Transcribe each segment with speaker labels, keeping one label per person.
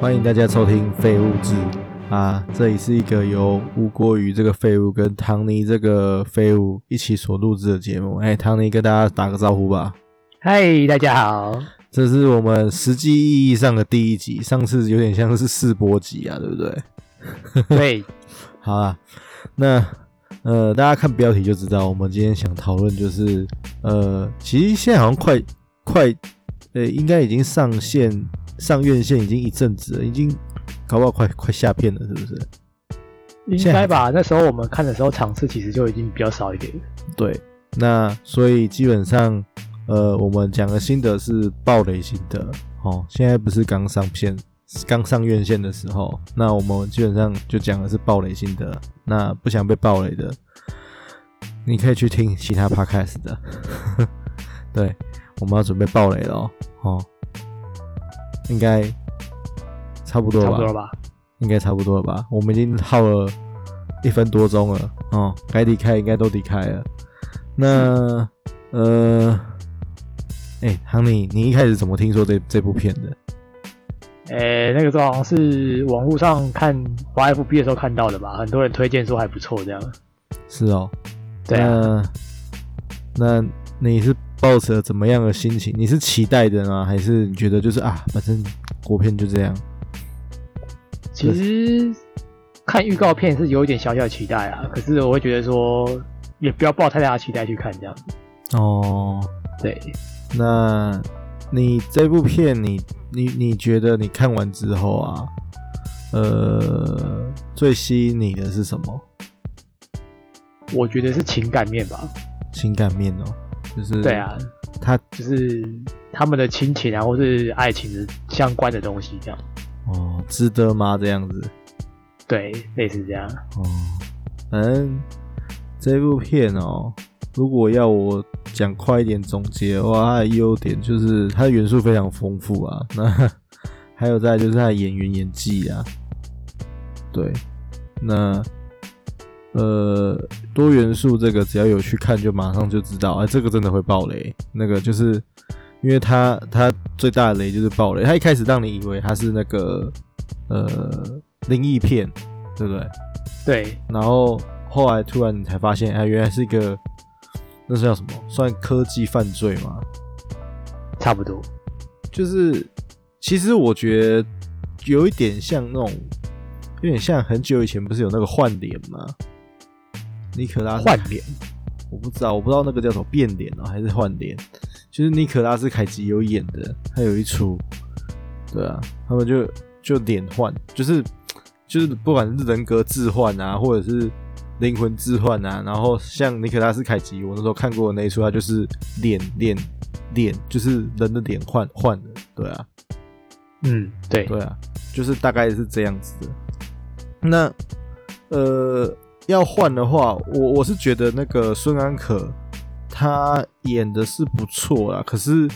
Speaker 1: 欢迎大家收听《废物志》啊，这里是一个由吴国宇这个废物跟唐尼这个废物一起所录制的节目。哎，唐尼跟大家打个招呼吧。
Speaker 2: 嗨，大家好。
Speaker 1: 这是我们实际意义上的第一集，上次有点像是试播集啊，对不对？
Speaker 2: 对，
Speaker 1: 好啦，那呃，大家看标题就知道，我们今天想讨论就是呃，其实现在好像快快呃，应该已经上线上院线已经一阵子了，已经搞不好快快下片了，是不是？
Speaker 2: 应该吧？那时候我们看的时候，场次其实就已经比较少一点了。
Speaker 1: 对，那所以基本上呃，我们讲的心得是暴雷心得哦。现在不是刚上片。刚上院线的时候，那我们基本上就讲的是暴雷心得。那不想被暴雷的，你可以去听其他 podcast 的。 对，我们要准备暴雷了哦，哦应该差不多
Speaker 2: 差
Speaker 1: 了
Speaker 2: 不
Speaker 1: 吧
Speaker 2: 多了？吧？
Speaker 1: 应该差不多了吧？我们已经耗了一分多钟了，哦，该离开应该都离开了。那呃，哎、唐尼，你一开始怎么听说这这部片的？
Speaker 2: 诶、那个时候好像是网络上看华 FB 的时候看到的吧，很多人推荐说还不错这样。
Speaker 1: 是哦，
Speaker 2: 对啊，
Speaker 1: 那那你是抱着怎么样的心情？你是期待的呢，还是你觉得就是啊，反正国片就这样？
Speaker 2: 其实看预告片是有一点小小期待啊，可是我会觉得说，也不要抱太大的期待去看这样。
Speaker 1: 哦，
Speaker 2: 对，
Speaker 1: 那你这部片你，你你觉得你看完之后啊，呃，最吸引你的是什么？
Speaker 2: 我觉得是情感面吧。
Speaker 1: 情感面哦，就是
Speaker 2: 对啊，
Speaker 1: 他
Speaker 2: 就是他们的亲情啊，或是爱情的相关的东西这样。
Speaker 1: 哦，值得吗？这样子
Speaker 2: 对，类似这样。
Speaker 1: 哦，反正这部片哦，如果要我讲快一点总结的话，它的优点就是它的元素非常丰富啊，那 还有再来就是它的演员演技啊，对，那呃多元素这个只要有去看就马上就知道，哎、这个真的会爆雷，那个就是。因为它它最大的雷就是爆雷，它一开始让你以为它是那个呃灵异片，对不对？
Speaker 2: 对，
Speaker 1: 然后后来突然你才发现，哎，原来是一个那是叫什么？算科技犯罪吗？
Speaker 2: 差不多。
Speaker 1: 就是其实我觉得有一点像那种，有点像很久以前不是有那个换脸吗？尼可拉斯
Speaker 2: 换脸，
Speaker 1: 我不知道，我不知道那个叫什么变脸哦、还是换脸，就是尼可拉斯凯奇有演的，他有一出，对啊，他们就就脸换，就是就是不管是人格置换啊，或者是灵魂置换啊，然后像尼可拉斯凯奇，我那时候看过的那一出，他就是脸脸脸，就是人的脸换换的，对啊，
Speaker 2: 嗯，对，
Speaker 1: 对啊，就是大概是这样子的。那呃，要换的话，我我是觉得那个孙安可他演的是不错啦，可是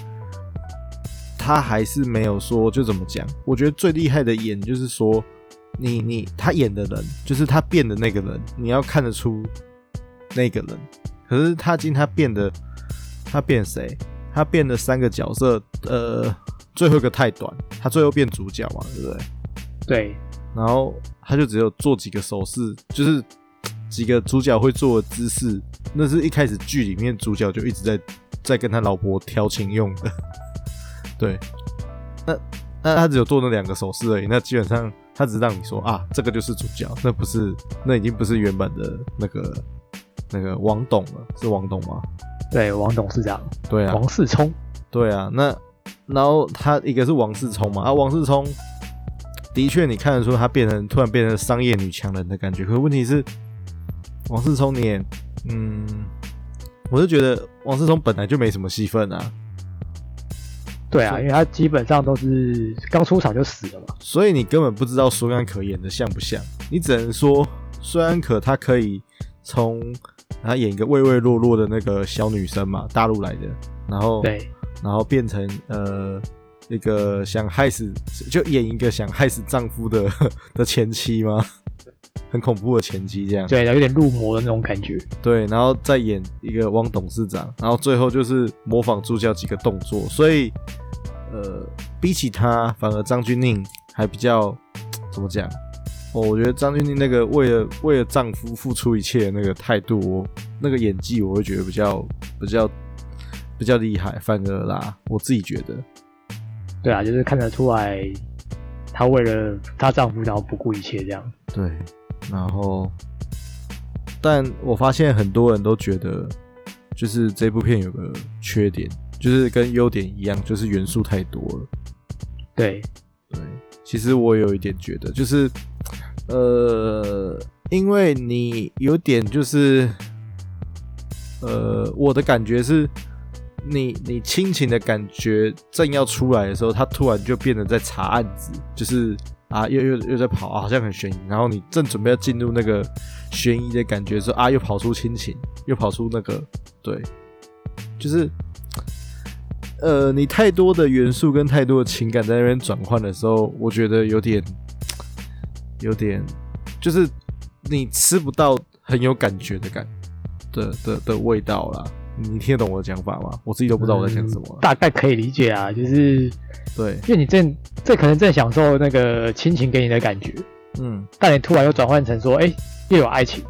Speaker 1: 他还是没有说就怎么讲。我觉得最厉害的演就是说，你你他演的人，就是他变的那个人，你要看得出那个人。可是他今天他变的，他变谁？他变的三个角色，呃，最后一个太短，他最后变主角嘛，对不对？
Speaker 2: 对，
Speaker 1: 然后他就只有做几个手势，就是几个主角会做的姿势，那是一开始剧里面主角就一直在在跟他老婆调情用的， 对。那那他只有做那两个手势而已，那基本上他只让你说啊，这个就是主角，那不是那已经不是原本的那个那个王董了，是王董吗？
Speaker 2: 对，王董事长、
Speaker 1: 对啊，
Speaker 2: 王世聪，
Speaker 1: 对啊，那然后他一个是王世聪嘛，啊，王世聪的确你看得出他变成突然变成商业女强人的感觉，可是问题是王世聪你也，嗯，我是觉得王世聪本来就没什么戏份啊，
Speaker 2: 对啊，
Speaker 1: 是
Speaker 2: 因为他基本上都是刚出场就死了嘛，
Speaker 1: 所以你根本不知道苏安可演的像不像，你只能说苏安可她可以从她演一个唯唯诺诺的那个小女生嘛，大陆来的，然后
Speaker 2: 对，
Speaker 1: 然后变成呃一个想害死，就演一个想害死丈夫的 的前妻吗？很恐怖的前妻这样。
Speaker 2: 对，有点入魔的那种感觉，
Speaker 1: 对，然后再演一个汪董事长，然后最后就是模仿助教几个动作，所以呃，比起他，反而张钧甯还比较怎么讲？哦，我觉得张钧甯那个为了为了丈夫付出一切的那个态度，我那个演技，我会觉得比较比较比较厉害，反而啦，我自己觉得，
Speaker 2: 对啊，就是看得出来，她为了她丈夫，然后不顾一切这样。
Speaker 1: 对，然后，但我发现很多人都觉得，就是这部片有个缺点，就是跟优点一样，就是元素太多了。
Speaker 2: 对，
Speaker 1: 对，其实我有一点觉得，就是，呃，因为你有点就是，呃，我的感觉是，你你亲情的感觉正要出来的时候，他突然就变得在查案子，就是啊，又又又在跑、啊好像很悬疑。然后你正准备要进入那个悬疑的感觉的时候，啊，又跑出亲情，又跑出那个，对，就是。呃，你太多的元素跟太多的情感在那边转换的时候，我觉得有点，有点，就是你吃不到很有感觉的感的的的味道啦。你听得懂我的讲法吗？我自己都不知道我在讲什么啊
Speaker 2: 嗯
Speaker 1: 了。
Speaker 2: 大概可以理解啊，就是
Speaker 1: 对，
Speaker 2: 因为你正这可能正享受那个亲情给你的感觉，
Speaker 1: 嗯，
Speaker 2: 但你突然又转换成说，哎、又有爱情，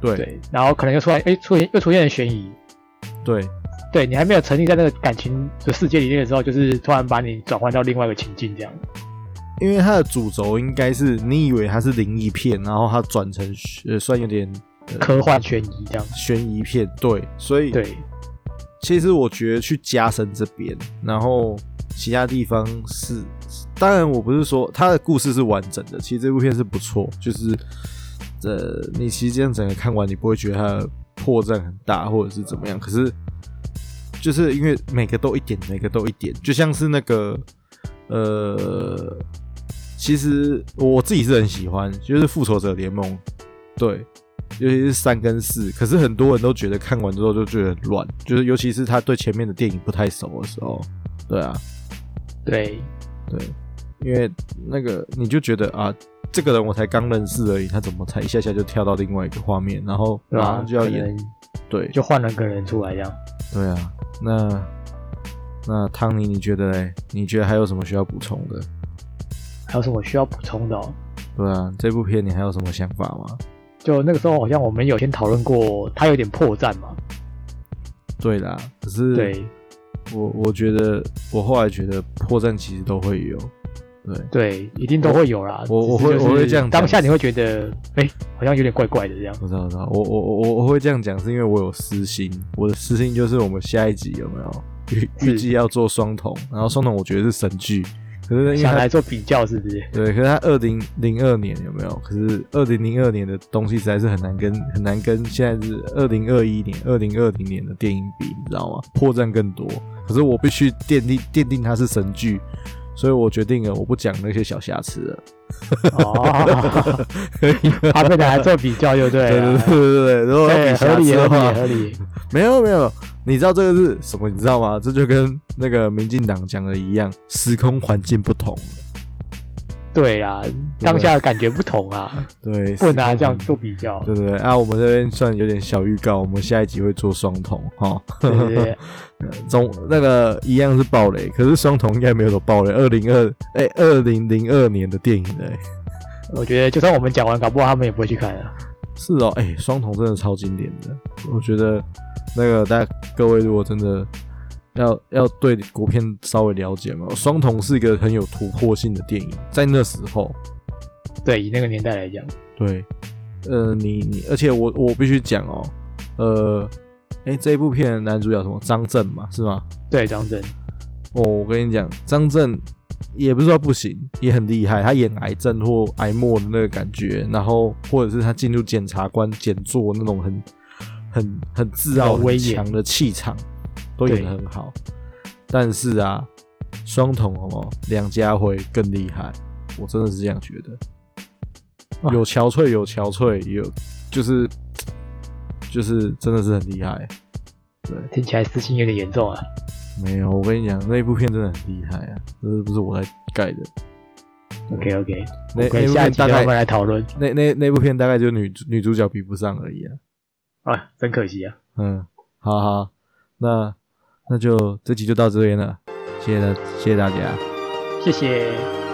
Speaker 1: 对对
Speaker 2: 对，然后可能又出来，哎、出现又出现了悬疑，
Speaker 1: 对
Speaker 2: 对你还没有沉浸在那个感情的世界里面的时候，就是突然把你转换到另外一个情境这样。
Speaker 1: 因为它的主轴应该是你以为它是灵异片，然后它转成呃算有点
Speaker 2: 科幻悬疑这样。
Speaker 1: 悬疑片，对，所以
Speaker 2: 对，
Speaker 1: 其实我觉得去加深这边，然后其他地方是，当然我不是说它的故事是完整的，其实这部片是不错，就是呃，你其实这样整个看完，你不会觉得它的破绽很大或者是怎么样，可是就是因为每个都一点，每个都一点，就像是那个呃，其实我自己是很喜欢，就是复仇者联盟，对，尤其是三跟四，可是很多人都觉得看完之后就觉得很乱，就是尤其是他对前面的电影不太熟的时候，对啊，
Speaker 2: 对，
Speaker 1: 对，因为那个你就觉得啊，这个人我才刚认识而已，他怎么才一下下就跳到另外一个画面，然后
Speaker 2: 对
Speaker 1: 马
Speaker 2: 吧
Speaker 1: 上？就要
Speaker 2: 可能
Speaker 1: 演，对，
Speaker 2: 就换了个人出来这样。
Speaker 1: 对啊，那那汤尼，你觉得嘞？你觉得还有什么需要补充的？
Speaker 2: 还有什么需要补充的、哦？
Speaker 1: 对啊，这部片你还有什么想法吗？
Speaker 2: 就那个时候好像我们有先讨论过，它有点破绽嘛。
Speaker 1: 对啦，可是
Speaker 2: 对
Speaker 1: 我我觉得我后来觉得破绽其实都会有，对。
Speaker 2: 对，一定都会有啦。
Speaker 1: 我我
Speaker 2: 只是就是
Speaker 1: 我会我会这样讲
Speaker 2: 当下你会觉得，哎、好像有点怪怪的这样。
Speaker 1: 我知道，我知道，我我我我会这样讲，是因为我有私心。我的私心就是我们下一集有没有预
Speaker 2: 是
Speaker 1: 预计要做双瞳，然后双瞳我觉得是神剧，可是因为
Speaker 2: 想
Speaker 1: 它
Speaker 2: 来做比较是 不是？
Speaker 1: 对，可是它二零零二年有没有？可是二零零二年的东西实在是很难跟很难跟现在是二零二一年、二零二零年的电影比，你知道吗？破绽更多。可是我必须奠定奠定它是神剧，所以我决定了，我不讲那些小瑕疵了。
Speaker 2: 哦，
Speaker 1: 可以吗
Speaker 2: 他被拿来做比较就对
Speaker 1: 对对
Speaker 2: 了
Speaker 1: 对。对对，如果要
Speaker 2: 对，
Speaker 1: 比
Speaker 2: 哎合
Speaker 1: 瑕疵
Speaker 2: 理
Speaker 1: 的
Speaker 2: 合
Speaker 1: 话
Speaker 2: 理，合理，
Speaker 1: 没有没有，你知道这个是什么？你知道吗？这就跟那个民进党讲的一样，时空环境不同。
Speaker 2: 对啊，当下的感觉不同 啊，
Speaker 1: 对，
Speaker 2: 不能拿来
Speaker 1: 时
Speaker 2: 这
Speaker 1: 空
Speaker 2: 样
Speaker 1: 环
Speaker 2: 做比较。
Speaker 1: 对对对啊，我们这边算有点小预告，我们下一集会做双瞳哈。
Speaker 2: 对对对，
Speaker 1: 总那个一样是暴雷，可是双瞳应该没有多暴雷。二零二哎，二零零二年的电影哎嘞、
Speaker 2: 我觉得就算我们讲完，搞不好他们也不会去看啊。
Speaker 1: 是哦，哎、双瞳真的超经典的，我觉得那个大家各位如果真的要要对国片稍微了解嘛，双瞳是一个很有突破性的电影，在那时候，
Speaker 2: 对，以那个年代来讲，
Speaker 1: 对，呃，你你，而且我我必须讲哦，呃，哎、这一部片的男主角什么张震嘛，是吗？
Speaker 2: 对张震，
Speaker 1: 哦，我跟你讲，张震也不是说不行，也很厉害。他演癌症或癌末的那个感觉，然后或者是他进入检察官检座那种很很很自傲、
Speaker 2: 很威
Speaker 1: 很
Speaker 2: 严
Speaker 1: 强的气场，都演得
Speaker 2: 对
Speaker 1: 很好。但是啊，双瞳哦，梁家辉更厉害，我真的是这样觉得。
Speaker 2: 哇
Speaker 1: 有憔悴，有憔悴，有就是就是真的是很厉害。
Speaker 2: 听起来私心有点严重啊。
Speaker 1: 没有，我跟你讲，那部片真的很厉害啊，这是不是我在盖的？
Speaker 2: OK OK，
Speaker 1: 那
Speaker 2: 可以
Speaker 1: 那部
Speaker 2: 下一
Speaker 1: 片
Speaker 2: 集
Speaker 1: 哎大
Speaker 2: 我们
Speaker 1: 概
Speaker 2: 来讨论
Speaker 1: 那那那部片大概就女主女主角比不上而已啊。
Speaker 2: 啊，真可惜啊。
Speaker 1: 嗯，好好，那那就这集就到这边了，谢谢大谢谢大家。
Speaker 2: 谢谢。